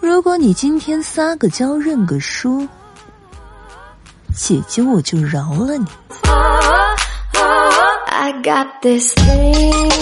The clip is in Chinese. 如果你今天撒个娇认个输，姐姐我就饶了你。 I got this thing.